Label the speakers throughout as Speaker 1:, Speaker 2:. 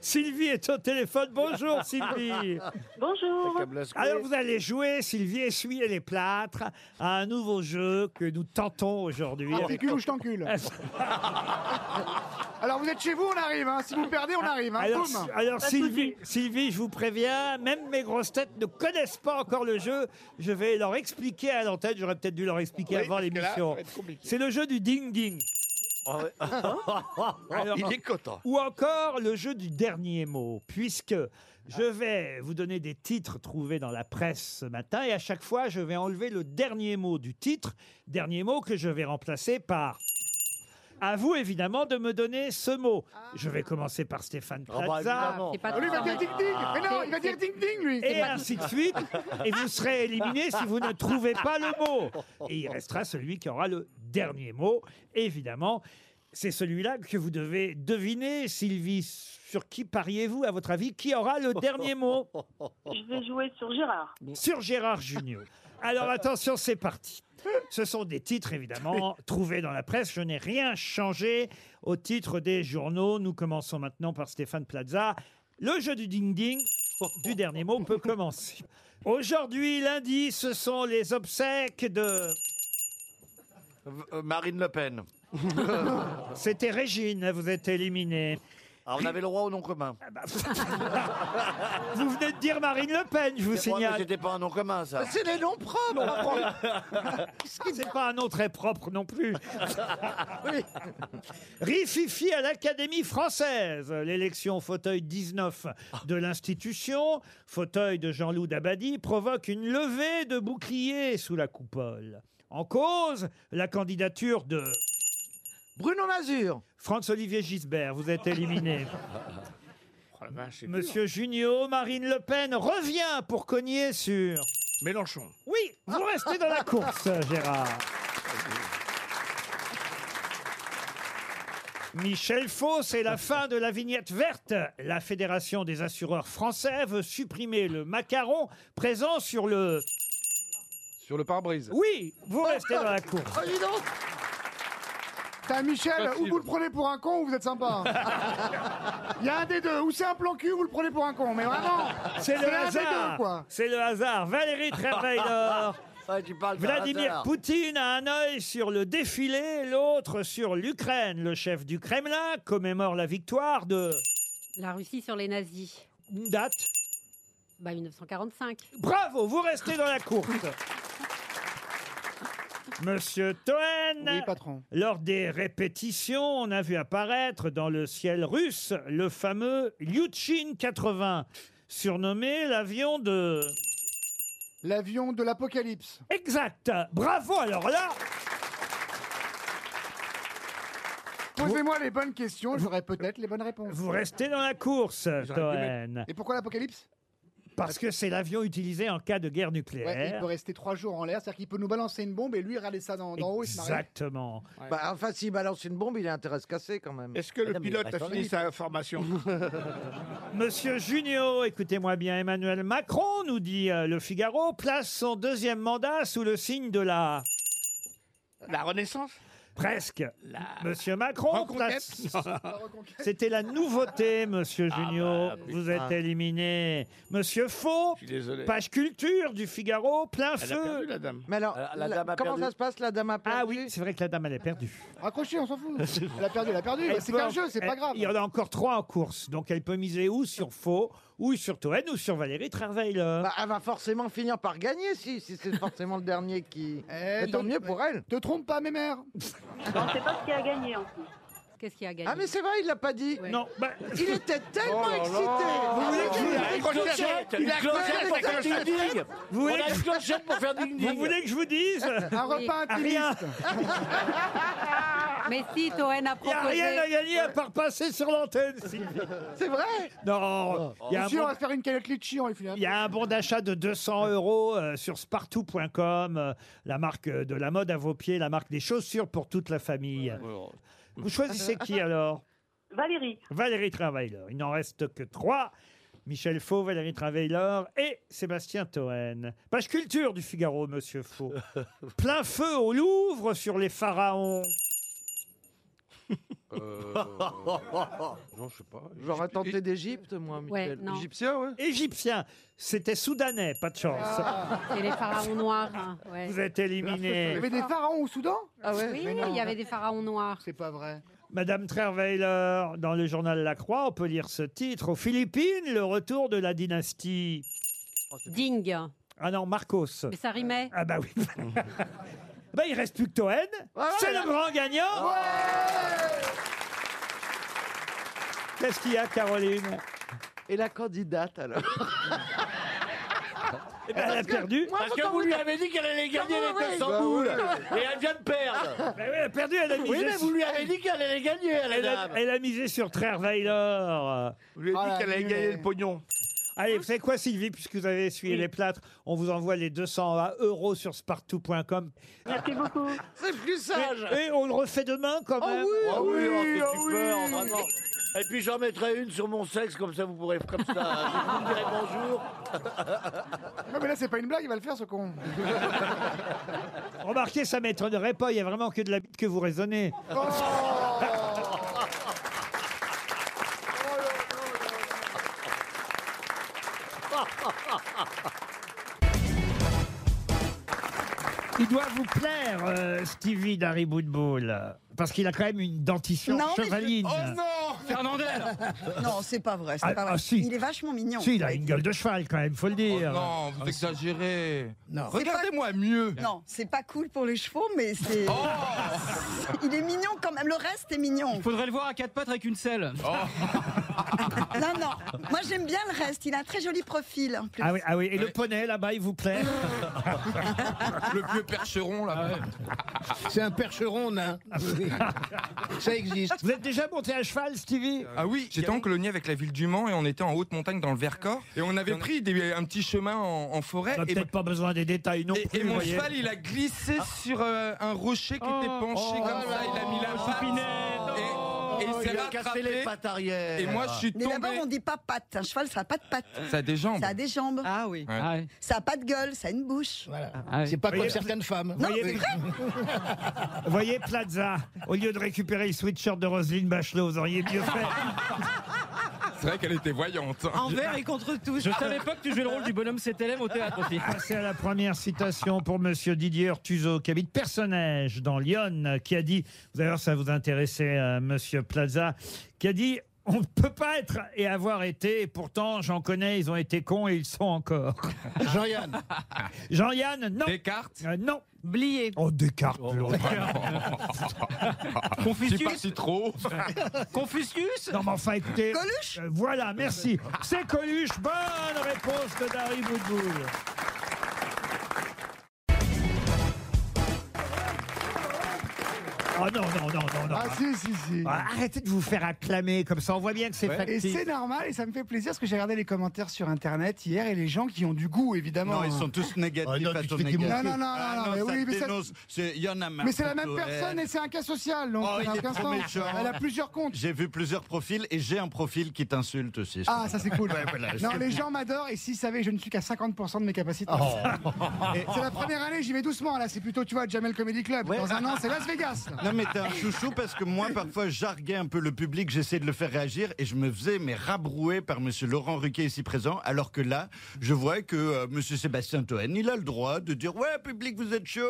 Speaker 1: Sylvie est au téléphone. Bonjour Sylvie.
Speaker 2: Bonjour.
Speaker 1: Alors vous allez jouer, Sylvie, essuyez les plâtres à un nouveau jeu que nous tentons aujourd'hui.
Speaker 3: T'encules ou je t'encule
Speaker 2: Ah,
Speaker 3: Alors vous êtes chez vous, on arrive. hein. Si vous perdez, on arrive. hein.
Speaker 1: Alors,
Speaker 3: Boum.
Speaker 1: alors,
Speaker 2: Pas de
Speaker 1: Sylvie, Sylvie, je vous préviens, même mes grosses têtes ne connaissent pas encore le jeu. Je vais leur expliquer à l'antenne, j'aurais peut-être dû leur expliquer avant l'émission. C'est le jeu du ding-ding. Alors,
Speaker 4: Ah Il est content.
Speaker 1: ou encore le jeu du dernier mot, puisque je vais vous donner des titres trouvés dans la presse ce matin et à chaque fois je vais enlever le dernier mot du titre, dernier mot que je vais remplacer par. À vous évidemment de me donner ce mot. Je vais commencer par Stéphane
Speaker 4: Ah bah,
Speaker 1: Plaza.
Speaker 4: évidemment.
Speaker 5: C'est pas
Speaker 3: Oh, lui, il va dire ding ding. Mais non, il va dire ding ding lui.
Speaker 1: et ainsi de suite, et vous serez éliminé si vous ne trouvez pas le mot. Et il restera celui qui aura le dernier mot, évidemment. C'est celui-là que vous devez deviner, Sylvie. Sur qui pariez-vous, à votre avis Qui aura le dernier mot
Speaker 2: Je vais jouer sur Gérard.
Speaker 1: Sur Gérard Junior. Alors attention, c'est parti. Ce sont des titres, évidemment, trouvés dans la presse. Je n'ai rien changé au titre des journaux. Nous commençons maintenant par Stéphane Plaza. Le jeu du ding-ding du dernier mot peut commencer. Aujourd'hui, lundi, ce sont les obsèques de...
Speaker 4: V- euh, Marine Le Pen.
Speaker 1: C'était Régine, vous êtes éliminée.
Speaker 4: Ah, on avait le roi au nom commun.
Speaker 1: Vous venez de dire Marine Le Pen, je vous
Speaker 4: Ouais, mais
Speaker 1: signale.
Speaker 4: C'était pas un nom commun, ça.
Speaker 3: C'est les noms propres.
Speaker 1: C'est pas un nom très propre non plus. Oh Rififi à l'Académie française. L'élection fauteuil 19 de l'institution, fauteuil de Jean-Loup Dabadi, provoque une levée de boucliers sous la coupole. En cause, la candidature de
Speaker 3: Bruno Mazur.
Speaker 1: Franz-Olivier Gisbert. Vous êtes éliminé. Monsieur Junio, Marine Le Pen revient pour cogner sur...
Speaker 4: Mélenchon.
Speaker 1: Oui, vous restez dans la course, Gérard. Michel Faux, c'est la fin de la vignette verte. La Fédération des assureurs français veut supprimer le macaron présent sur le...
Speaker 6: Sur le pare-brise.
Speaker 1: Oui, vous restez dans la course.
Speaker 3: Oh, dis donc. T'as Michel,
Speaker 6: Facile.
Speaker 3: ou vous le prenez pour un con ou vous êtes sympa. hein. Il y a un des deux. Ou c'est un plan cul, vous le prenez pour un con. Mais vraiment,
Speaker 1: C'est le
Speaker 3: un des deux,
Speaker 1: hasard.
Speaker 3: quoi.
Speaker 1: C'est le hasard. Valérie Treveiller.
Speaker 4: Ouais, Ah, tu parles d'un
Speaker 1: Vladimir
Speaker 4: hasard.
Speaker 1: Poutine a un œil sur le défilé, l'autre sur l'Ukraine. Le chef du Kremlin commémore la victoire de...
Speaker 5: La Russie sur les nazis.
Speaker 1: Une date
Speaker 5: Bah 1945.
Speaker 1: Bravo, vous restez dans la course. Monsieur Toen,
Speaker 3: Oui, patron.
Speaker 1: lors des répétitions, on a vu apparaître dans le ciel russe le fameux Lyuchin 80, surnommé l'avion de...
Speaker 3: L'avion de l'apocalypse.
Speaker 1: Exact. Bravo, alors là,
Speaker 3: Posez-moi les bonnes questions, j'aurai peut-être les bonnes réponses.
Speaker 1: vous restez dans la course,
Speaker 6: pu
Speaker 1: Toen.
Speaker 3: Et pourquoi l'apocalypse
Speaker 1: Parce que c'est l'avion utilisé en cas de guerre
Speaker 3: Ouais, il
Speaker 1: nucléaire.
Speaker 3: peut rester trois jours en l'air, c'est-à-dire qu'il peut nous balancer une bombe et lui râler ça d'en d'en haut et se marrer.
Speaker 1: Exactement.
Speaker 7: Bah, enfin, s'il balance une bombe, il a intérêt à se casser quand même.
Speaker 4: Est-ce que le pilote a fini sa formation
Speaker 1: Monsieur Junio, écoutez-moi bien, Emmanuel Macron, nous dit euh, Le Figaro, place son deuxième mandat sous le signe de la...
Speaker 4: La Renaissance
Speaker 1: Presque. Monsieur Macron, place... C'était la nouveauté, monsieur
Speaker 4: Ah
Speaker 1: Junio. Vous êtes éliminé. Monsieur Faux,
Speaker 4: bah, Je suis désolé.
Speaker 1: page culture du Figaro, plein
Speaker 4: Elle a perdu,
Speaker 1: feu.
Speaker 4: la dame.
Speaker 7: Mais alors,
Speaker 4: La- la
Speaker 7: la-
Speaker 4: dame a
Speaker 7: comment
Speaker 4: perdu.
Speaker 7: ça se passe La dame a perdu
Speaker 1: Ah oui, c'est vrai que la dame, elle est perdue.
Speaker 3: Raccrochez, on s'en fout. Elle a perdu, elle a perdu.
Speaker 1: Elle
Speaker 3: Bah, c'est
Speaker 1: peut
Speaker 3: qu'un
Speaker 1: en-
Speaker 3: jeu, c'est
Speaker 1: elle-
Speaker 3: pas grave.
Speaker 1: Il y en a encore trois en course. Donc elle peut miser ou sur Faux, ou sur Toen, ou sur Valérie Trierweiler.
Speaker 7: Bah, elle va forcément finir par gagner si, si c'est forcément le dernier qui.
Speaker 3: Eh,
Speaker 7: Mais tant
Speaker 3: donc-
Speaker 7: mieux pour elle.
Speaker 3: Te trompe pas, mes mères.
Speaker 2: On ne sait pas ce qu'il a gagné en plus.
Speaker 5: Qu'est-ce qu'il a gagné
Speaker 7: Ah, mais c'est vrai, il l'a pas dit.
Speaker 5: Ouais.
Speaker 1: Non, bah,
Speaker 7: Il était tellement excité. Vous voulez que je vous
Speaker 4: Il a une clochette Il a une clochette pour faire ding-ding
Speaker 1: vous
Speaker 4: On
Speaker 1: voulez
Speaker 4: a
Speaker 1: que-
Speaker 4: une clochette pour faire
Speaker 1: vous
Speaker 4: ding-ding
Speaker 1: voulez que je vous dise
Speaker 3: Un
Speaker 5: Oui.
Speaker 3: repas
Speaker 1: Ah, Rien.
Speaker 3: intimiste.
Speaker 5: Mais si Toen a
Speaker 1: Il n'y a rien à
Speaker 5: proposé.
Speaker 1: gagner à part passer sur l'antenne, Sylvie.
Speaker 7: C'est vrai
Speaker 1: Non, il y a un
Speaker 3: Si on
Speaker 1: bon-
Speaker 3: va se faire une calotte litchi, on les finira.
Speaker 1: il y a un bon d'achat de 200 euros euh, sur spartou.com, euh, la marque euh, de la mode à vos pieds, la marque des chaussures pour toute la famille. Vous choisissez qui alors
Speaker 2: Valérie.
Speaker 1: Valérie Travailer. Il n'en reste que trois. Michel Faux, Valérie Travailer et Sébastien Toen. Page culture du Figaro, monsieur Faux. Plein feu au Louvre sur les pharaons.
Speaker 8: Euh, non, je sais pas.
Speaker 9: J'aurais
Speaker 8: Égypte-
Speaker 9: tenté d'Égypte, moi, Michel.
Speaker 5: non.
Speaker 8: Égyptien, ouais.
Speaker 1: Égyptien, c'était soudanais, pas de chance.
Speaker 5: Et les pharaons noirs. hein, ouais.
Speaker 1: Vous êtes
Speaker 3: Il y
Speaker 1: éliminé.
Speaker 3: avait des pharaons au Soudan
Speaker 9: Ah ouais
Speaker 5: Oui,
Speaker 9: mais non.
Speaker 5: il y avait des pharaons noirs.
Speaker 3: C'est pas vrai.
Speaker 1: Madame Trerweiler, dans le journal La Croix, on peut lire ce titre. Aux Philippines, le retour de la dynastie.
Speaker 5: Ding.
Speaker 1: Ah non, Marcos.
Speaker 5: Mais ça rimait.
Speaker 1: Ah bah oui. bah il reste plus que Toen. C'est le grand gagnant. Qu'est-ce qu'il y a, Caroline
Speaker 9: Et la candidate, alors
Speaker 1: Eh ben, Elle a perdu.
Speaker 10: Parce que vous lui avez dit qu'elle allait gagner les 200 boules. Et elle vient de perdre.
Speaker 1: Bah oui, elle a perdu. Elle a misé,
Speaker 10: Oui, mais vous lui avez dit qu'elle allait les gagner, à la
Speaker 1: elle a,
Speaker 10: dame.
Speaker 1: elle a misé sur Trerweiler.
Speaker 10: Vous lui avez
Speaker 3: Ah,
Speaker 10: dit qu'elle allait
Speaker 3: mais-
Speaker 10: gagner le pognon.
Speaker 1: Allez, vous savez quoi, Sylvie, puisque vous avez essuyé les plâtres, on vous envoie les 200 euros sur spartou.com.
Speaker 11: Merci beaucoup.
Speaker 9: C'est plus
Speaker 12: Ah,
Speaker 9: sage
Speaker 1: Et on le refait demain quand même.
Speaker 10: Ah oui, oh,
Speaker 3: oui,
Speaker 10: c'est
Speaker 3: ah
Speaker 10: super,
Speaker 3: oui.
Speaker 10: vraiment. Et puis j'en mettrai une sur mon sexe, comme ça vous pourrez, comme ça, vous me direz bonjour.
Speaker 3: Non, mais là, c'est pas une blague, il va le faire, ce con.
Speaker 1: Remarquez, ça m'étonnerait pas, il y a vraiment que de la bite que vous raisonnez.
Speaker 12: Oh.
Speaker 1: Il doit vous plaire, euh, Stevie d'Harry Bootball, parce qu'il a quand même une dentition
Speaker 12: Non, mais je- Oh,
Speaker 1: chevaline.
Speaker 12: Non, c'est pas vrai, c'est
Speaker 1: Ah,
Speaker 12: pas vrai.
Speaker 1: ah, si.
Speaker 12: Il est vachement mignon.
Speaker 1: Si, il a une gueule de cheval quand même, faut le dire.
Speaker 13: Oh, Non, vous exagérez.
Speaker 12: C'est pas-
Speaker 13: Regardez-moi mieux.
Speaker 12: Non, c'est pas cool pour les chevaux, mais c'est.
Speaker 1: Oh.
Speaker 12: il est mignon quand même. Le reste est mignon.
Speaker 14: Faudrait le voir à quatre pattes avec une selle.
Speaker 1: Oh.
Speaker 12: Non, non. Moi, j'aime bien le reste. Il a un très joli profil en plus.
Speaker 1: Ah oui, ah oui, et le poney là-bas, il vous plaît
Speaker 13: Le vieux percheron, là.
Speaker 15: C'est un percheron nain. Ça existe.
Speaker 1: Vous êtes déjà monté à cheval, Stevie
Speaker 13: Ah oui, j'étais en colonie avec la ville du Mans et on était en haute montagne dans le Vercors. Et on avait pris des- un petit chemin en, en forêt.
Speaker 1: On n'a
Speaker 13: et-
Speaker 1: peut-être pas besoin des détails non
Speaker 13: Et,
Speaker 1: plus,
Speaker 13: et mon
Speaker 1: vous voyez.
Speaker 13: cheval, il a glissé
Speaker 10: Ah.
Speaker 13: sur euh, un rocher qui
Speaker 10: Oh,
Speaker 13: était penché comme ça. Il a mis la patte. Et, et il s'est
Speaker 10: Il a cassé les
Speaker 13: rattrapé.
Speaker 10: pattes arrière.
Speaker 13: Et moi, je suis
Speaker 12: Mais d'abord, on
Speaker 13: tombé.
Speaker 12: dit pas patte. Un cheval, ça a pas de patte.
Speaker 13: Ça a des jambes.
Speaker 12: Ça a des jambes.
Speaker 14: Ah oui. Ah ouais.
Speaker 12: Ça a pas de gueule. Ça a une bouche.
Speaker 15: Voilà.
Speaker 14: Ah ouais.
Speaker 15: C'est pas
Speaker 1: Voyez-
Speaker 15: comme certaines femmes.
Speaker 1: Vous voyez, Vous voyez, Plaza, au lieu de récupérer le sweatshirt de Roselyne Bachelot, vous auriez mieux fait.
Speaker 13: C'est vrai qu'elle était voyante.
Speaker 3: Ah.
Speaker 13: hein.
Speaker 14: Envers et contre tous. Ah Je savais pas que tu jouais le rôle du bonhomme CTLM au théâtre aussi.
Speaker 1: Passer à la première citation pour Monsieur Didier Ortuzzo, qui habite Personnage dans Lyon, qui a dit, vous allez voir, ça va vous intéresser, euh, Monsieur Plaza, qui a dit, on ne peut pas être et avoir été, et pourtant j'en connais, ils ont été cons et ils sont encore.
Speaker 15: Jean-Yann.
Speaker 1: Jean-Yann, non.
Speaker 13: Descartes.
Speaker 1: Euh, non.
Speaker 5: Blié.
Speaker 1: Oh, Descartes. l'autre.
Speaker 13: C'est
Speaker 14: Confucius.
Speaker 13: parti trop.
Speaker 14: Confucius.
Speaker 1: Non, mais enfin, écoutez.
Speaker 12: Coluche
Speaker 1: Euh, voilà, merci. C'est Coluche. Bonne réponse de Dari Boudboul. Oh non, non, non, non, non.
Speaker 3: Ah, si, si, si.
Speaker 1: Ah, Arrêtez de vous faire acclamer comme ça. On voit bien que c'est
Speaker 3: Et
Speaker 1: factice.
Speaker 3: c'est normal, et ça me fait plaisir parce que j'ai regardé les commentaires sur internet hier et les gens qui ont du goût, évidemment.
Speaker 13: tous négatifs.
Speaker 15: Oh non, tu te fais démonter.
Speaker 13: Ah
Speaker 3: Non, non, non, Ah non, mais oui, mais ça-
Speaker 13: Il y en a marre.
Speaker 3: Mais c'est la même personne et c'est un cas social, donc ça
Speaker 13: Oh,
Speaker 3: n'a
Speaker 13: il est
Speaker 3: aucun
Speaker 13: trop
Speaker 3: sens.
Speaker 13: méchant.
Speaker 3: Elle a plusieurs comptes.
Speaker 13: J'ai vu plusieurs profils et j'ai un profil qui t'insulte aussi.
Speaker 3: Ah, ça c'est cool.
Speaker 13: voilà,
Speaker 3: non, les gens m'adorent et s'ils savaient, je ne suis qu'à 50% de mes capacités.
Speaker 15: Oh.
Speaker 3: Et C'est la première année, j'y vais doucement. Là, c'est plutôt, tu vois, Jamel Comedy Club.
Speaker 15: Ouais.
Speaker 3: Dans un an, c'est Las Vegas. là.
Speaker 15: Non mais t'es un chouchou parce que moi parfois j'arguais un peu le public, j'essayais de le faire réagir et je me faisais mais rabrouer par Monsieur Laurent Ruquier ici présent alors que là je vois que euh, Monsieur Sébastien Toen il a le droit de dire ouais public vous êtes chaud.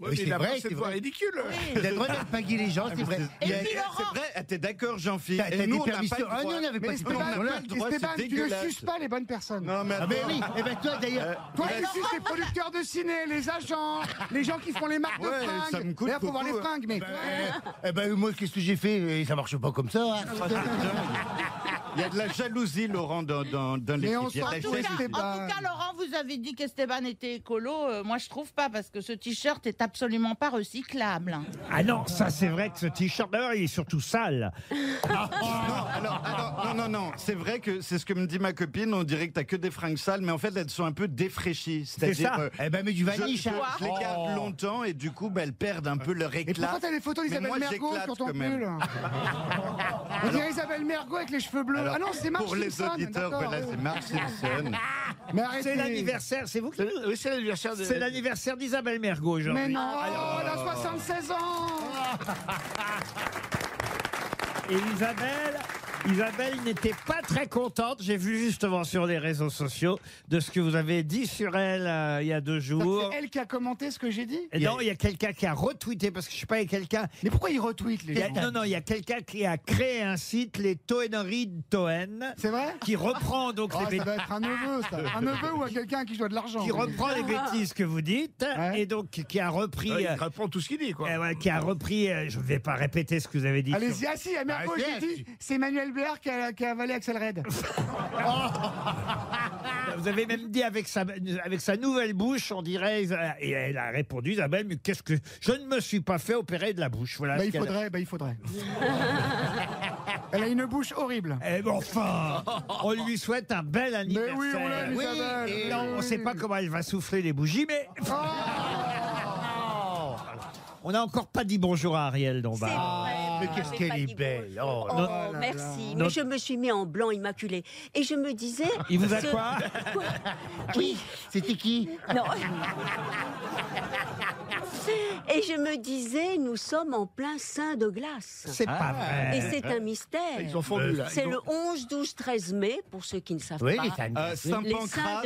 Speaker 15: Ouais,
Speaker 10: Oui,
Speaker 15: mais
Speaker 10: c'est
Speaker 15: il a
Speaker 10: vrai,
Speaker 15: pensé
Speaker 10: c'est
Speaker 15: de voir
Speaker 10: vrai.
Speaker 15: ridicule.
Speaker 10: Il a le droit d'être pas intelligent,
Speaker 1: Ah,
Speaker 10: c'est vrai.
Speaker 15: Il y a- C'est vrai, ah, t'es d'accord Jean-Philippe.
Speaker 10: T'as- t'as des permissions. Ah,
Speaker 15: Ah
Speaker 10: nous, on n'avait
Speaker 3: Mais
Speaker 15: on n'a
Speaker 3: Esteban,
Speaker 15: pas le droit,
Speaker 3: Esteban, tu
Speaker 15: c'est
Speaker 3: ne
Speaker 15: dégueulasse.
Speaker 3: suces pas les bonnes personnes. Ah,
Speaker 15: Non mais attends. Euh,
Speaker 10: Eh ben toi d'ailleurs,
Speaker 3: Toi, tu suces les producteurs de ciné, les agents, les gens qui font les marques
Speaker 15: Ouais,
Speaker 3: de fringues.
Speaker 15: ça me coûte
Speaker 3: D'ailleurs, faut voir les
Speaker 15: beaucoup, hein.
Speaker 3: fringues, mais.
Speaker 10: eh ben moi qu'est-ce que j'ai fait euh, Ça marche pas comme ça. hein.
Speaker 3: Ah,
Speaker 15: Il y a de la jalousie Laurent dans dans, dans
Speaker 3: Mais on
Speaker 15: l'équipe. Il y a de la
Speaker 3: s'en fout,
Speaker 15: jalousie.
Speaker 3: Esteban.
Speaker 12: Laurent, vous avez dit qu'Esteban était écolo.
Speaker 11: Euh,
Speaker 12: moi, je trouve pas parce que ce t-shirt est absolument pas recyclable.
Speaker 1: Ah non, ça c'est vrai que ce t-shirt, d'ailleurs, il est surtout sale.
Speaker 15: Non, alors, alors, non, non, non. C'est vrai que c'est ce que me dit ma copine. On dirait que t'as que des fringues sales, mais en fait, elles sont un peu défraîchies. C'est-à-dire,
Speaker 1: ça.
Speaker 15: euh,
Speaker 10: Eh ben mais du
Speaker 15: je,
Speaker 10: vaniche.
Speaker 3: hein.
Speaker 15: je- je les garde longtemps et du coup, bah, elles perdent un peu leur
Speaker 3: Et Oh. pourquoi
Speaker 15: éclat.
Speaker 3: t'as les photos
Speaker 15: Mais
Speaker 3: d'Isabelle
Speaker 15: moi,
Speaker 3: Mergo
Speaker 15: j'éclate
Speaker 3: sur ton
Speaker 15: quand même.
Speaker 3: pull On dirait Isabelle Mergo avec les cheveux bleus.
Speaker 15: Alors,
Speaker 3: ah non, c'est Marge
Speaker 15: Pour les
Speaker 3: Simpson,
Speaker 15: auditeurs,
Speaker 3: d'accord,
Speaker 15: voilà,
Speaker 3: oui.
Speaker 15: c'est Marge Simpson.
Speaker 3: Mais arrêtez.
Speaker 1: C'est l'anniversaire, c'est vous qui...
Speaker 10: Oui, c'est l'anniversaire de.
Speaker 1: C'est
Speaker 15: euh,
Speaker 1: l'anniversaire d'Isabelle Mergo aujourd'hui.
Speaker 3: Mais non, elle a 76 ans
Speaker 1: Et Isabelle, Isabelle n'était pas très contente, j'ai vu justement sur les réseaux sociaux, de ce que vous avez dit sur elle euh, il y a deux jours.
Speaker 3: C'est elle qui a commenté ce que j'ai dit
Speaker 1: Et non, il y a quelqu'un qui a retweeté, parce que je sais pas, il y a quelqu'un...
Speaker 3: Mais pourquoi il retweet les
Speaker 1: Il y a-
Speaker 3: gens
Speaker 1: Non, non, il y a quelqu'un qui a créé un site, les Toenorides Toen,
Speaker 3: C'est vrai
Speaker 1: qui reprend donc
Speaker 3: Oh,
Speaker 1: les
Speaker 3: Ça
Speaker 1: bêtises...
Speaker 3: doit être un neveu, ça. Un neveu ou à quelqu'un à qui je dois de l'argent.
Speaker 1: Qui reprend les bêtises que vous dites et donc qui a repris,
Speaker 16: Ouais,
Speaker 1: euh,
Speaker 16: il reprend tout ce qu'il dit, quoi.
Speaker 1: euh, ouais, qui a repris. euh, je ne vais pas répéter ce que vous avez dit. sur-
Speaker 3: Allez-y, ah si, à Mergo,
Speaker 1: Ah,
Speaker 3: je l'ai dit, c'est Emmanuel Béard qui a, qui a avalé Axel Red.
Speaker 1: Vous avez même dit avec sa, avec sa nouvelle bouche, on dirait. Et elle a répondu, Isabelle, mais qu'est-ce que. Je ne me suis pas fait opérer de la bouche. Voilà
Speaker 3: bah,
Speaker 1: ce
Speaker 3: il
Speaker 1: qu'elle-
Speaker 3: faudrait, bah, il faudrait. Elle a une bouche horrible.
Speaker 1: Eh ben enfin On lui souhaite un bel anniversaire.
Speaker 3: oui, on l'aime,
Speaker 1: Oui,
Speaker 3: Isabelle, Oh.
Speaker 1: et
Speaker 3: mais
Speaker 1: non, on ne sait pas comment elle va souffler les bougies, mais. On n'a encore pas dit bonjour à Ariel Ah, Dombard.
Speaker 16: Mais qu'est-ce qu'elle est belle. Oh,
Speaker 11: Oh,
Speaker 1: Non.
Speaker 11: merci.
Speaker 1: Non.
Speaker 11: Mais je me suis mis en blanc immaculé. Et je me disais.
Speaker 1: Il vous a
Speaker 11: ce-
Speaker 1: quoi
Speaker 11: Oui.
Speaker 3: C'était qui
Speaker 11: Non. Et je me disais, nous sommes en plein sein de glace.
Speaker 1: C'est pas vrai.
Speaker 11: Et c'est un mystère.
Speaker 16: Ils ont fondu, là.
Speaker 1: Euh,
Speaker 11: C'est
Speaker 16: Ils ont-
Speaker 11: le 11, 12, 13 mai, pour ceux qui ne savent
Speaker 16: Oui,
Speaker 11: pas.
Speaker 16: les saints de glace.
Speaker 11: Les
Speaker 15: Euh,
Speaker 11: saints
Speaker 15: Saint
Speaker 11: de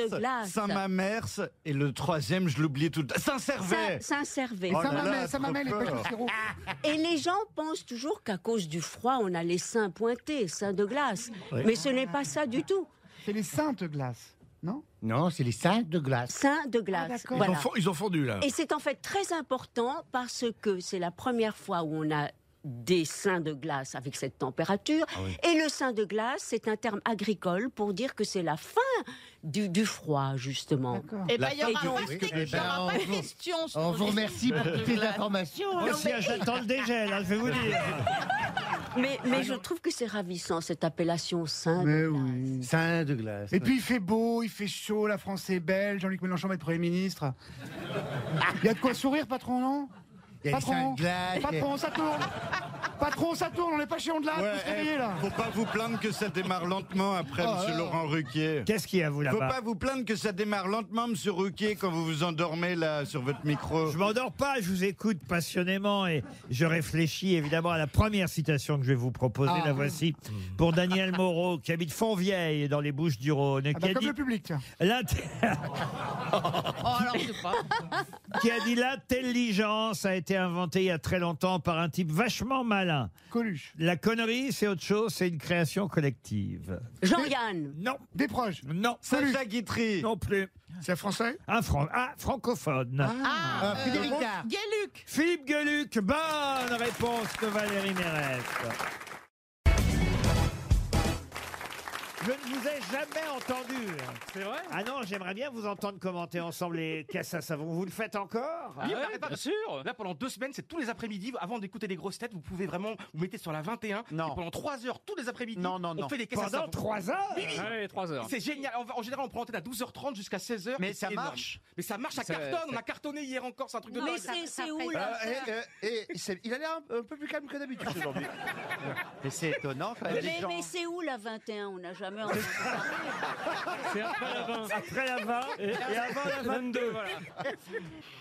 Speaker 15: Pancras,
Speaker 11: glace.
Speaker 15: Saint Mamers et le troisième, je l'oublie tout. Saint Servais.
Speaker 11: Saint- Saint-Servais.
Speaker 15: Oh là là, trop fort.
Speaker 11: Ah, Et les gens pensent toujours qu'à cause du froid, on a les seins pointés, seins de glace.
Speaker 16: Oui.
Speaker 11: Mais ce n'est pas ça du tout.
Speaker 3: C'est les saintes glaces, non
Speaker 16: Non, c'est les seins de glace.
Speaker 11: Seins de glace.
Speaker 16: Ils, ont
Speaker 11: Voilà.
Speaker 16: fon- ils ont fondu, là.
Speaker 11: Et c'est en fait très important parce que c'est la première fois où on a des seins de glace avec cette température. Et le sein de glace, c'est un terme agricole pour dire que c'est la fin du, du froid, justement.
Speaker 12: Eh ben, il y aura
Speaker 11: du
Speaker 12: pas
Speaker 11: risque
Speaker 12: de-
Speaker 11: de-
Speaker 12: il y aura pas de questions. sur les-
Speaker 1: Moi aussi, hein, j'attends le dégel, hein, je vais vous dire.
Speaker 11: Mais, mais je trouve que c'est ravissant, cette appellation sein de glace.
Speaker 16: Seins de glace.
Speaker 3: Et puis il fait beau, il fait chaud, la France est belle, Jean-Luc Mélenchon va être Premier ministre.
Speaker 11: Ah.
Speaker 3: Il y a de quoi sourire, patron, non
Speaker 16: Il y a les seins
Speaker 3: Patron,
Speaker 16: de glace.
Speaker 3: patron, ça tourne Patron, ça tourne, on n'est pas chez
Speaker 7: Ah,
Speaker 3: Ondelat,
Speaker 15: Ouais,
Speaker 3: on se
Speaker 15: eh,
Speaker 3: réveiller là Ah
Speaker 15: faut pas vous plaindre que ça démarre lentement après,
Speaker 3: Oh,
Speaker 15: monsieur
Speaker 3: alors.
Speaker 15: Laurent Ruquier.
Speaker 1: Qu'est-ce qu'il y a, vous,
Speaker 15: Faut
Speaker 1: là-bas
Speaker 15: pas vous plaindre que ça démarre lentement, monsieur Ruquier, quand vous vous endormez là sur votre micro.
Speaker 1: Je m'endors pas, je vous écoute passionnément et je réfléchis évidemment à la première citation que je vais vous proposer.
Speaker 3: Ah.
Speaker 1: La voici pour Daniel Moreau qui habite Fontvieille dans les Bouches du Rhône.
Speaker 3: Ah
Speaker 1: qui,
Speaker 3: bah,
Speaker 1: a
Speaker 3: Comme
Speaker 1: dit,
Speaker 3: le public, tiens.
Speaker 1: l'int-
Speaker 12: Oh, alors, je sais pas.
Speaker 1: qui a dit l'intelligence a été inventée il y a très longtemps par un type vachement malin.
Speaker 3: Coluche.
Speaker 1: La connerie, c'est autre chose, c'est une création collective.
Speaker 11: Jean-Yann,
Speaker 1: Non,
Speaker 3: Des proches.
Speaker 1: non,
Speaker 15: Sacha Guitry.
Speaker 1: non plus.
Speaker 3: C'est français
Speaker 1: Un Fran- ah, francophone.
Speaker 12: Ah, euh,
Speaker 16: Frédéric Dard.
Speaker 12: Gueluc.
Speaker 1: Philippe Gueluc, bonne réponse de Valérie Mérès. Je ne vous ai jamais entendu.
Speaker 10: C'est vrai
Speaker 1: Ah non, j'aimerais bien vous entendre commenter ensemble les caisses à savon. Vous le faites encore
Speaker 16: Ah
Speaker 10: Oui, bah, bien sûr Là, pendant deux semaines, c'est tous les après-midi, avant d'écouter les grosses têtes, vous pouvez vraiment vous mettez sur la 21.
Speaker 7: Non.
Speaker 10: et pendant trois heures, tous les après-midi,
Speaker 7: Non, non,
Speaker 10: on
Speaker 7: non.
Speaker 10: fait des caisses à
Speaker 1: Pendant
Speaker 10: savon.
Speaker 1: trois heures
Speaker 10: Oui, oui.
Speaker 16: Ouais, 3 heures.
Speaker 10: C'est génial. En, en général, on prend antenne à 12h30 jusqu'à 16h.
Speaker 7: Mais
Speaker 10: et
Speaker 7: ça
Speaker 10: c'est énorme.
Speaker 7: marche.
Speaker 10: Mais ça marche, ça
Speaker 7: Ça-
Speaker 10: cartonne. On
Speaker 7: ça-
Speaker 10: a cartonné hier encore, c'est un truc de
Speaker 11: mais
Speaker 10: dingue.
Speaker 11: c'est c'est où
Speaker 12: fait-
Speaker 11: là
Speaker 12: Euh,
Speaker 16: et, eh, il a l'air un, peu plus calme que d'habitude aujourd'hui.
Speaker 7: Mais c'est étonnant. quand même, Ah
Speaker 11: mais,
Speaker 7: les gens.
Speaker 11: mais c'est où la 21 On n'a jamais entendu.
Speaker 10: C'est après la 20.
Speaker 1: Après la 20 et avant la 22.
Speaker 10: voilà.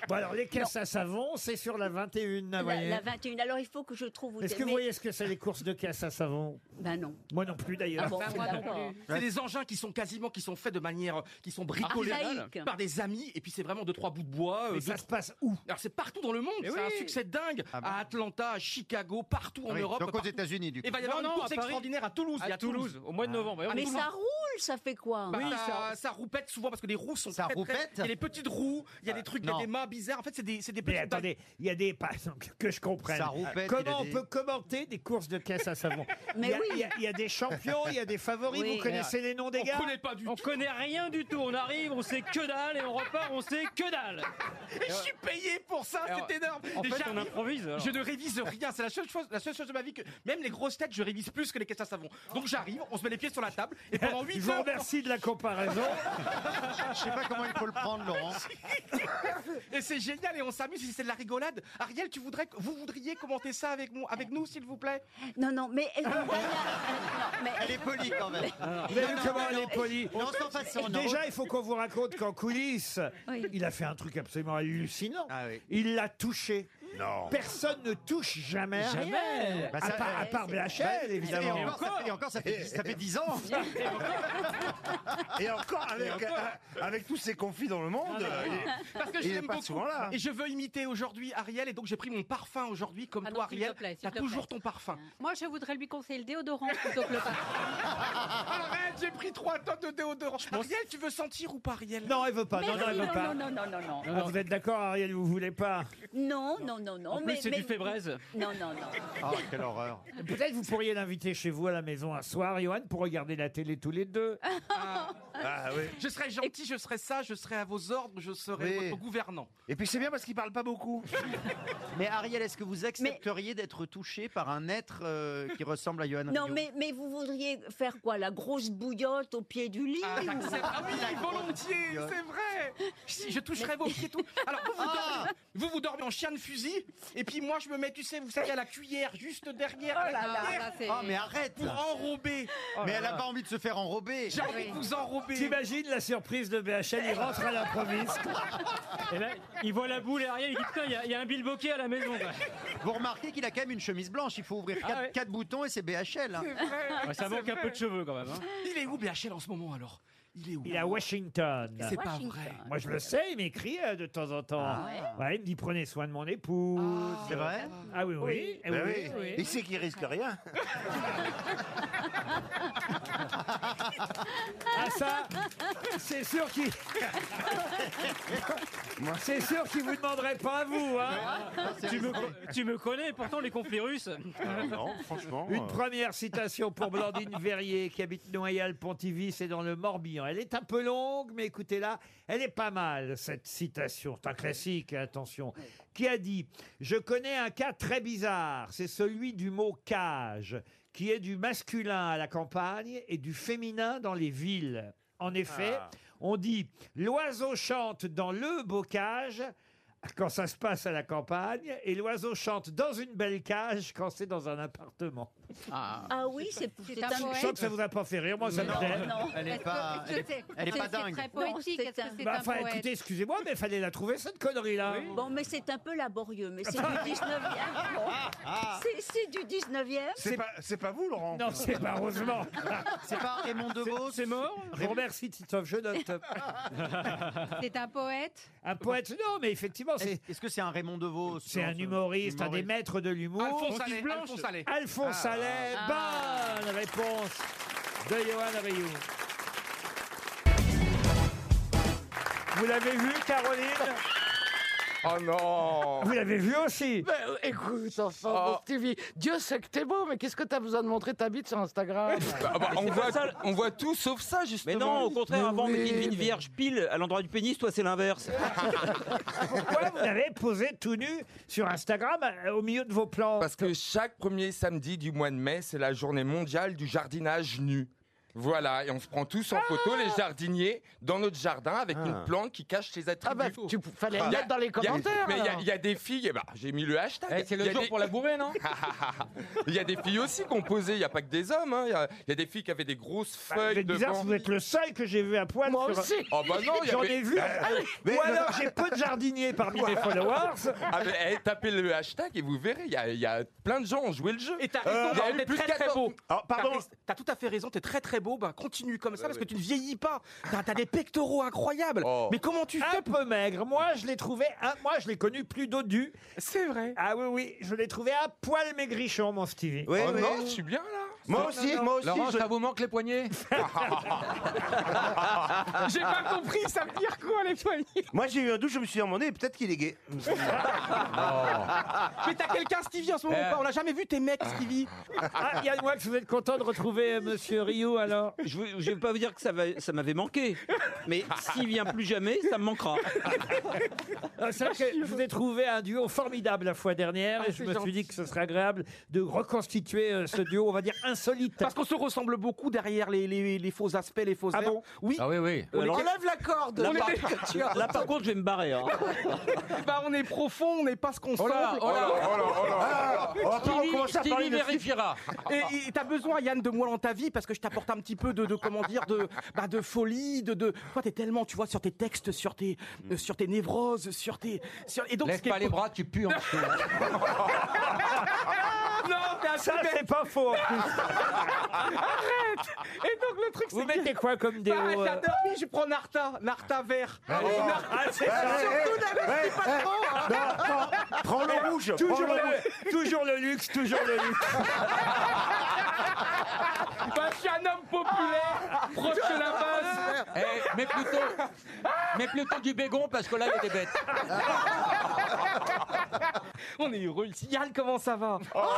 Speaker 1: Bon, alors, les caisses à savon, c'est sur la 21, vous
Speaker 11: La,
Speaker 1: voyez.
Speaker 11: la 21. Alors il faut que je trouve où
Speaker 1: Est-ce
Speaker 11: t'es.
Speaker 1: que vous
Speaker 11: Mais-
Speaker 1: voyez ce que c'est les courses de caisses à savon
Speaker 11: Ben non.
Speaker 1: Moi non plus, d'ailleurs.
Speaker 11: Ah bon,
Speaker 10: moi non
Speaker 11: d'accord.
Speaker 10: C'est des engins qui sont quasiment, qui sont faits de manière, euh, qui sont bricolés
Speaker 11: Archaïque.
Speaker 10: par des amis, et puis c'est vraiment deux trois bouts de bois. euh,
Speaker 1: Mais
Speaker 10: deux,
Speaker 1: ça se passe où
Speaker 10: Alors c'est partout dans le monde, c'est un succès dingue. À Atlanta, à Chicago, partout en
Speaker 7: Oui,
Speaker 10: Europe.
Speaker 7: Donc aux
Speaker 10: partout.
Speaker 7: États-Unis, du
Speaker 10: Et bah,
Speaker 7: coup.
Speaker 10: va y avoir
Speaker 16: Non,
Speaker 10: une
Speaker 16: non,
Speaker 10: course
Speaker 16: à Paris.
Speaker 10: extraordinaire à Toulouse. Ah, il y a
Speaker 16: À Toulouse, au mois de novembre.
Speaker 11: Ah, Mais ça roule, ça fait quoi
Speaker 10: Bah,
Speaker 11: Oui.
Speaker 10: ça, ça roupette souvent parce que les roues sont
Speaker 7: Ça
Speaker 10: très, très-
Speaker 7: roupette
Speaker 10: Il y a des petites roues, il y a des trucs, il y a
Speaker 7: non.
Speaker 10: des mâts bizarres. En fait, c'est des, c'est des
Speaker 1: Mais
Speaker 10: petites.
Speaker 1: attendez, il y a des pas que je comprenne.
Speaker 7: Ça roupette, il a
Speaker 1: Comment on
Speaker 7: dit.
Speaker 1: peut commenter des courses de caisse à savon
Speaker 11: Mais
Speaker 1: Il y a-
Speaker 11: oui.
Speaker 1: il y, a- il y a des champions, il y a des favoris.
Speaker 11: Oui.
Speaker 1: Vous connaissez les noms des
Speaker 10: On
Speaker 1: gars
Speaker 10: connaît pas du
Speaker 16: On
Speaker 10: tout.
Speaker 16: connaît rien du tout. On arrive, on sait que dalle et on repart, on sait que dalle.
Speaker 10: Et je suis payé pour ça,
Speaker 16: Alors,
Speaker 10: c'est énorme.
Speaker 16: En
Speaker 10: Et
Speaker 16: fait, on
Speaker 10: j'arrive-
Speaker 16: improvise. alors.
Speaker 10: Je ne révise rien. C'est la seule chose, la seule chose de ma vie que même les grosses têtes, je révise plus que les caisses à savon. Donc j'arrive, on se met les pieds sur la table et pendant 8
Speaker 1: Je vous
Speaker 10: heures.
Speaker 1: remercie de la comparaison.
Speaker 7: Je sais pas comment il faut le prendre, Laurent.
Speaker 10: Et c'est génial et on s'amuse et c'est de la rigolade. Ariel, tu voudrais, vous voudriez commenter ça avec moi, avec nous, s'il vous plaît
Speaker 11: Non, non, mais. euh, Daniel, euh, non, mais-
Speaker 7: Elle est polie quand même.
Speaker 1: Vous avez vu comment elle est polie
Speaker 7: Non, sans
Speaker 17: Oh,
Speaker 7: façon, non.
Speaker 1: Déjà, il faut qu'on vous raconte qu'en coulisses,
Speaker 11: Oui.
Speaker 1: il a fait un truc absolument hallucinant.
Speaker 7: Ah oui.
Speaker 1: Il l'a touché. Non. Personne ne touche jamais à
Speaker 17: Jamais.
Speaker 1: rien.
Speaker 17: Bah,
Speaker 1: à
Speaker 17: ça-
Speaker 1: part, à part
Speaker 17: Ouais, c'est-
Speaker 1: BHL,
Speaker 17: Ouais,
Speaker 1: évidemment.
Speaker 17: et encore, ça fait- et encore, ça fait- ça fait 10 ans.
Speaker 6: Et encore, avec,
Speaker 17: Et encore.
Speaker 6: euh, avec tous ces conflits dans le monde, euh, il-
Speaker 10: Parce que
Speaker 6: il
Speaker 10: je
Speaker 6: est
Speaker 10: l'aime
Speaker 6: pas
Speaker 10: beaucoup.
Speaker 6: souvent là.
Speaker 10: Et je veux imiter aujourd'hui Ariel, et donc j'ai pris mon parfum aujourd'hui, comme toi,
Speaker 5: Ah s'il te
Speaker 10: Ariel.
Speaker 5: plaît, s'il
Speaker 10: T'as
Speaker 5: te
Speaker 10: toujours
Speaker 5: plaît.
Speaker 10: ton parfum.
Speaker 5: Moi, je voudrais lui conseiller le déodorant plutôt que le parfum. Ah.
Speaker 10: Arrête, j'ai pris trois tonnes de déodorant. Ariel, tu veux sentir ou pas, Ariel
Speaker 1: Non, elle veut pas. non, non, elle veut
Speaker 18: non,
Speaker 1: pas.
Speaker 18: non, non, non, non.
Speaker 1: Ah, vous êtes d'accord, Ariel, vous voulez pas
Speaker 18: Non, non, non, non.
Speaker 1: En plus,
Speaker 18: mais-
Speaker 1: c'est du
Speaker 18: mais-
Speaker 1: Fébreze.
Speaker 18: Non, non, non.
Speaker 1: quelle horreur. Peut-être vous pourriez l'inviter chez vous à la maison un soir, Johan, pour regarder la télé tous les deux.
Speaker 6: Ah oui.
Speaker 10: Je serai gentil, je serai ça, je serai à vos ordres, je serai
Speaker 17: Oui.
Speaker 10: votre gouvernant.
Speaker 17: Et puis c'est bien parce qu'il parle pas beaucoup. Mais Ariel, est-ce que vous accepteriez d'être touché par un être euh, qui ressemble à Johan
Speaker 11: Non,
Speaker 17: Rioux
Speaker 11: mais, mais vous voudriez faire quoi La grosse bouillotte au pied du lit ou-
Speaker 10: J'accepte. Ah oui, volontiers, c'est vrai. Si je toucherai vos pieds tout. Alors vous vous, dormez, vous vous dormez en chien de fusil et puis moi je me mets, tu sais, vous savez à la cuillère juste derrière. à la
Speaker 17: Oh là là,
Speaker 10: cuillère,
Speaker 17: là, c'est- Oh, mais arrête.
Speaker 10: Pour enrober.
Speaker 17: Mais elle a pas envie de se faire enrober.
Speaker 10: J'ai envie de vous enrober.
Speaker 1: T'imagines la surprise de BHL, il rentre à l'improviste.
Speaker 16: Et là, Eh ben, il voit la boule et Ariel, il dit putain, il y a- il y, a un bilboquet à la maison. quoi.
Speaker 17: Vous remarquez qu'il a quand même une chemise blanche. Il faut ouvrir
Speaker 16: Ah
Speaker 17: quatre,
Speaker 16: ouais.
Speaker 17: quatre boutons et c'est BHL. hein.
Speaker 16: Ouais, ça manque un peu de cheveux quand même. hein.
Speaker 10: Il est où BHL en ce moment alors Il est où
Speaker 1: Il est à Washington.
Speaker 10: C'est pas vrai.
Speaker 1: Moi, je le sais, il m'écrit euh, de temps en temps.
Speaker 10: Ah
Speaker 1: Ouais, il me dit prenez soin de mon épouse.
Speaker 6: C'est vrai
Speaker 1: Ah oui, oui. Eh oui,
Speaker 6: Ben
Speaker 1: oui, oui.
Speaker 6: Il sait qu'il risque rien.
Speaker 1: Ah ça, c'est sûr qu'il... C'est sûr qu'il vous demanderait pas à vous, hein
Speaker 16: Tu me, co- tu me connais, pourtant les conflits russes.
Speaker 6: non, franchement.
Speaker 1: Une première citation pour Blandine Verrier qui habite Noyal-Pontivis et dans le Morbihan. Elle est un peu longue, mais écoutez-la, elle est pas mal cette citation. C'est un classique, hein, attention. Qui a dit Je connais un cas très bizarre, c'est celui du mot cage, qui est du masculin à la campagne et du féminin dans les villes. En effet,
Speaker 6: Ah.
Speaker 1: on dit L'oiseau chante dans le bocage quand ça se passe à la campagne, et l'oiseau chante dans une belle cage quand c'est dans un appartement.
Speaker 11: Ah oui, c'est c'est un
Speaker 1: Je sens que ça vous a pas fait rire, moi ça me plaît.
Speaker 17: Elle est pas, elle est, elle est pas dingue.
Speaker 11: poétique. Est-ce que
Speaker 1: Bah, enfin, écoutez, excusez-moi, mais fallait la trouver cette connerie là.
Speaker 11: Bon, mais c'est un peu laborieux, mais c'est du 19e. Bon. C'est- C'est du 19e.
Speaker 6: C'est pas, c'est pas vous, Laurent
Speaker 1: Non, c'est pas heureusement.
Speaker 17: C'est pas Raymond Devos.
Speaker 16: C'est mort
Speaker 1: Je vous remercie, Titoff, je note.
Speaker 5: C'est un poète.
Speaker 1: Un poète, non, mais effectivement, c'est.
Speaker 17: Est-ce que c'est un Raymond Devos
Speaker 1: C'est un humoriste, un des maîtres de l'humour.
Speaker 10: Alphonse Allais, Alphonse Allais.
Speaker 1: Alphonse
Speaker 17: Ah.
Speaker 1: Allais, bonne réponse de Johan Rioux. Vous l'avez vu, Caroline
Speaker 19: Oh non
Speaker 1: Vous l'avez vu aussi
Speaker 19: Ben, euh, Écoute, enfin, mon Stevie, Dieu sait que t'es beau, mais qu'est-ce que t'as besoin de montrer ta bite sur Instagram
Speaker 13: Bah, bah, on, voit, on voit tout sauf ça, justement. Mais non, au contraire, avant, on mettait une vierge pile à l'endroit du pénis, toi, c'est l'inverse.
Speaker 1: Pourquoi vous l'avez posé tout nu sur Instagram euh, au milieu de vos plans
Speaker 13: Parce que chaque premier samedi du mois de mai, c'est la journée mondiale du jardinage nu. Voilà, et on se prend tous en photo, les jardiniers, dans notre jardin, avec une plante qui cache les attributs. Ah bah,
Speaker 19: tu fallait le mettre dans les commentaires,
Speaker 13: Mais il y a-
Speaker 19: alors.
Speaker 13: il y, a des filles, eh ben, j'ai mis le hashtag.
Speaker 19: c'est le jour pour
Speaker 13: la bourrée, non Il y a des filles aussi qui ont posé, il n'y a pas que des hommes. hein. Il y a- il y, a des filles qui avaient des grosses feuilles
Speaker 1: Bah, Vous êtes bizarre,
Speaker 13: devant.
Speaker 1: vous êtes le seul que j'ai vu à poil.
Speaker 13: Moi
Speaker 1: sur-
Speaker 13: aussi. Ah bah non, il y
Speaker 1: j'en
Speaker 13: avait-
Speaker 1: ai vu.
Speaker 13: Ah oui. Mais-
Speaker 1: Ou alors j'ai peu de jardiniers parmi mes followers.
Speaker 13: Ah, mais, eh, tapez le hashtag et vous verrez, il y a, il y a plein de gens ont joué le jeu.
Speaker 10: Et t'as
Speaker 13: Euh,
Speaker 10: raison,
Speaker 13: il y a
Speaker 10: t'es très
Speaker 13: eu plus de
Speaker 10: très
Speaker 13: 14
Speaker 10: beau.
Speaker 13: Ah, pardon.
Speaker 10: T'as- T'as tout à fait raison, t'es très très beau, bah continue comme ça parce
Speaker 13: ouais. Oh.
Speaker 10: que tu ne vieillis pas. T'as t'as des pectoraux incroyables. Mais comment
Speaker 13: Ah,
Speaker 10: tu fais
Speaker 1: Un peu maigre. Moi, je l'ai trouvé. un- Moi, je l'ai connu plus dodu.
Speaker 10: C'est vrai.
Speaker 1: Ah oui, oui. Je l'ai trouvé à poil maigrichon, mon Stevie.
Speaker 13: Oh non, je suis bien là.
Speaker 1: Moi aussi, moi aussi, je-
Speaker 13: vous manque les poignets
Speaker 10: J'ai pas compris, ça veut dire quoi les poignets
Speaker 17: Moi j'ai eu un doute, je me suis demandé, peut-être qu'il est gay.
Speaker 10: Mais t'as quelqu'un Stevie en ce moment ou pas On l'a jamais vu tes mecs Stevie.
Speaker 1: Ah, Yann Wax, vous êtes content de retrouver euh, Monsieur Rio alors
Speaker 13: Je ne vais pas vous dire que ça, va- ça m'avait manqué, mais s'il vient plus jamais, ça me manquera.
Speaker 1: Ah, C'est vrai que je vous ai trouvé un duo formidable la fois dernière et je me suis dit que ce serait agréable de reconstituer euh, ce duo, on va dire
Speaker 13: Ah.
Speaker 1: insolite.
Speaker 10: Parce qu'on se ressemble beaucoup derrière les, les, les faux aspects, les faux
Speaker 1: Ah
Speaker 10: airs.
Speaker 1: bon
Speaker 10: Oui.
Speaker 13: Ah oui, oui.
Speaker 10: On
Speaker 13: Alors-
Speaker 10: est- Enlève la corde
Speaker 13: Là,
Speaker 10: On est
Speaker 13: par,
Speaker 10: des-
Speaker 13: là, par contre, je vais me barrer. hein.
Speaker 10: Bah, on est profond, on n'est pas ce qu'on
Speaker 13: Oh là,
Speaker 10: semble.
Speaker 13: oh là, oh là, oh là.
Speaker 10: Ah,
Speaker 13: Oh,
Speaker 10: Stevie, commence à parler de
Speaker 20: vérifiera.
Speaker 10: Et, et t'as besoin, Yann, de moi dans ta vie parce que je t'apporte un petit peu de, de comment dire, de, bah, de folie, de, de. Toi, t'es tellement, tu vois, sur tes textes, sur tes, euh, sur tes névroses, sur tes. Sur... Et donc,
Speaker 17: Lève pas les bras, tu pues en dessous.
Speaker 10: non, t'es un
Speaker 1: Ça,
Speaker 10: peu bête.
Speaker 1: c'est Ah, pas faux en plus.
Speaker 10: Arrête Et donc le truc, c'est Vous mettez
Speaker 1: quoi comme déo, euh
Speaker 10: J'adore, oui, je prends Narta, Narta vert.
Speaker 6: Allez,
Speaker 10: Et
Speaker 6: bon.
Speaker 10: Narta-
Speaker 6: Ah, c'est ça.
Speaker 10: Surtout
Speaker 6: Ouais,
Speaker 10: n'investis pas
Speaker 6: ouais.
Speaker 10: trop
Speaker 6: Non, non, prends le rouge,
Speaker 1: Toujours,
Speaker 6: prends le
Speaker 1: le, Oh, toujours le luxe, toujours le luxe.
Speaker 10: Bah, je suis un homme populaire, proche de la base
Speaker 17: Eh, mais plutôt, mais plutôt du bégon parce que là il y a des bêtes.
Speaker 10: On est heureux ici. Yann, comment ça va Ah,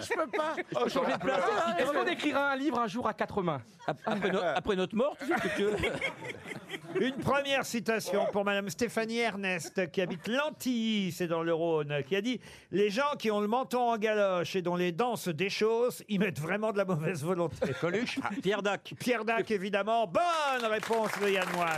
Speaker 19: Je peux pas.
Speaker 10: Oh, changer de place. Est-ce qu'on écrira un livre un jour à quatre mains
Speaker 1: Après, notre mort, tu Une première citation pour Madame Stéphanie Ernest, qui habite Lantilly, c'est dans le Rhône, qui a dit « Les gens qui ont le menton en galoche et dont les dents se déchaussent, ils mettent vraiment de la mauvaise Ah. volonté. » Coluche Pierre Dac. Pierre Dac, évidemment. Bonne réponse de Yann Moix.